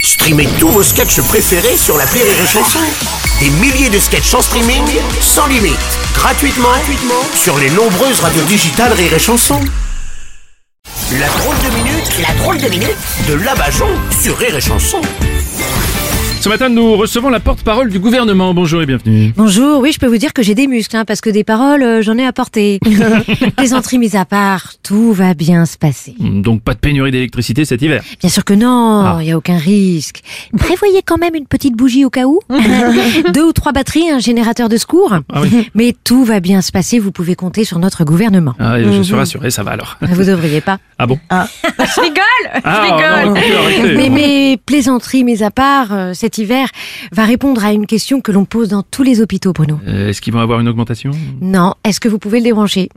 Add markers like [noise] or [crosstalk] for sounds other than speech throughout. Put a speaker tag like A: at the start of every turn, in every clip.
A: Streamez tous vos sketchs préférés sur la Rire et Chanson. Des milliers de sketchs en streaming, sans limite, gratuitement, gratuitement sur les nombreuses radios digitales Rire et Chanson. La drôle de minute, la drôle de minute de Labajon sur Rire et Chanson.
B: Ce matin, nous recevons la porte-parole du gouvernement. Bonjour et bienvenue.
C: Bonjour, oui, je peux vous dire que j'ai des muscles, hein, parce que des paroles, euh, j'en ai
B: [laughs]
C: à porter. Plaisanterie mise à part, tout va bien se passer.
B: Donc pas de pénurie d'électricité cet hiver.
C: Bien sûr que non,
B: Ah.
C: il y a aucun risque. Prévoyez quand même une petite bougie au
B: [laughs]
C: cas où. Deux ou trois batteries, un générateur de secours.
B: Ah oui.
C: Mais tout va bien se passer, vous pouvez compter sur notre gouvernement.
B: Ah, je suis rassuré, ça va alors. [laughs]
C: Vous devriez pas.
B: Ah bon
C: [laughs] Je rigole
B: Ah, non, écoutez, arrêtez.
C: mais, mais plaisanterie mise à part, euh, cet hiver va répondre à une question que l'on pose dans tous les hôpitaux, Bruno.
B: Euh, Est-ce qu'ils vont avoir une augmentation
C: Non, est-ce que vous pouvez le débrancher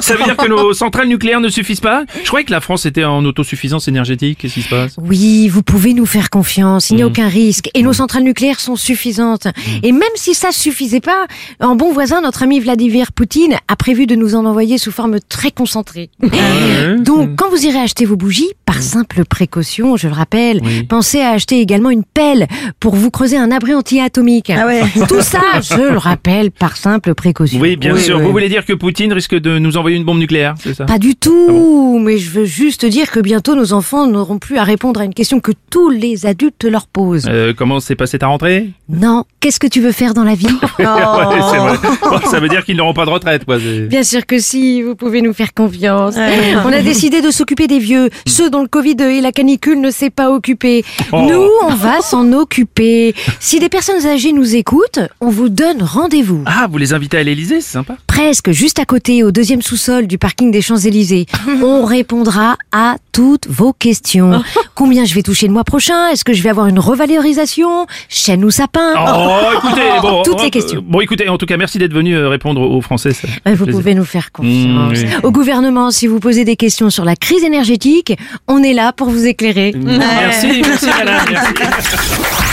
B: Ça veut dire que nos centrales nucléaires ne suffisent pas Je croyais que la France était en autosuffisance énergétique. Qu'est-ce qui se passe
C: Oui, vous pouvez nous faire confiance,
B: Mm.
C: il n'y a aucun risque. Et nos centrales nucléaires sont suffisantes. Et même si ça suffisait pas, en bon voisin, notre ami Vladimir Poutine a prévu de nous en envoyer sous forme
B: [laughs]
C: très concentrée.
B: Mm. ouais.
C: Donc, quand vous irez acheter vos bougies, par simple précaution, je le rappelle,
B: Mm. Oui.
C: pensez à acheter également une pelle pour vous creuser un abri anti-atomique.
B: Ah
C: [laughs] Tout ça, je le rappelle, par simple précaution.
B: Oui, bien sûr. Vous voulez dire que Poutine risque de nous envoyer une bombe nucléaire, c'est ça
C: Pas du tout, mais je veux juste dire que bientôt nos enfants n'auront plus à répondre à une question que tous les adultes leur posent.
B: Euh, Comment s'est passée ta rentrée
C: Non, qu'est-ce que tu veux faire dans la
B: [laughs]
C: vie
B: Ouais, c'est vrai. Bon, Ça veut dire qu'ils n'auront pas de retraite. Quoi. c'est-
C: [laughs] Bien sûr que si, vous pouvez nous faire confiance.
B: Ah,
C: On a décidé de s'occuper des vieux, ceux dont le Covid et la canicule ne s'est pas occupé.
B: Oh.
C: Nous, on va s'en occuper. Si des personnes âgées nous écoutent, on vous donne rendez-vous.
B: Ah, vous les invitez à l'Elysée, c'est sympa.
C: Presque juste à côté, au deuxième sous-sol du parking des [laughs] Champs-Élysées. On répondra à toutes vos [laughs] questions. Combien je vais toucher le mois prochain Est-ce que je vais avoir une revalorisation Chaîne ou sapin [laughs]
B: Oh, écoutez, bon,
C: Toutes les
B: euh,
C: questions.
B: Bon, écoutez, en tout cas, merci d'être venu euh, répondre aux Français. ça.
C: Ouais, Vous
B: Plaisir.
C: pouvez nous faire confiance.
B: Mmh, oui.
C: Au gouvernement, si vous posez des questions sur la
B: Mmh.
C: crise énergétique, on est là pour vous éclairer.
B: Merci, merci, madame, merci.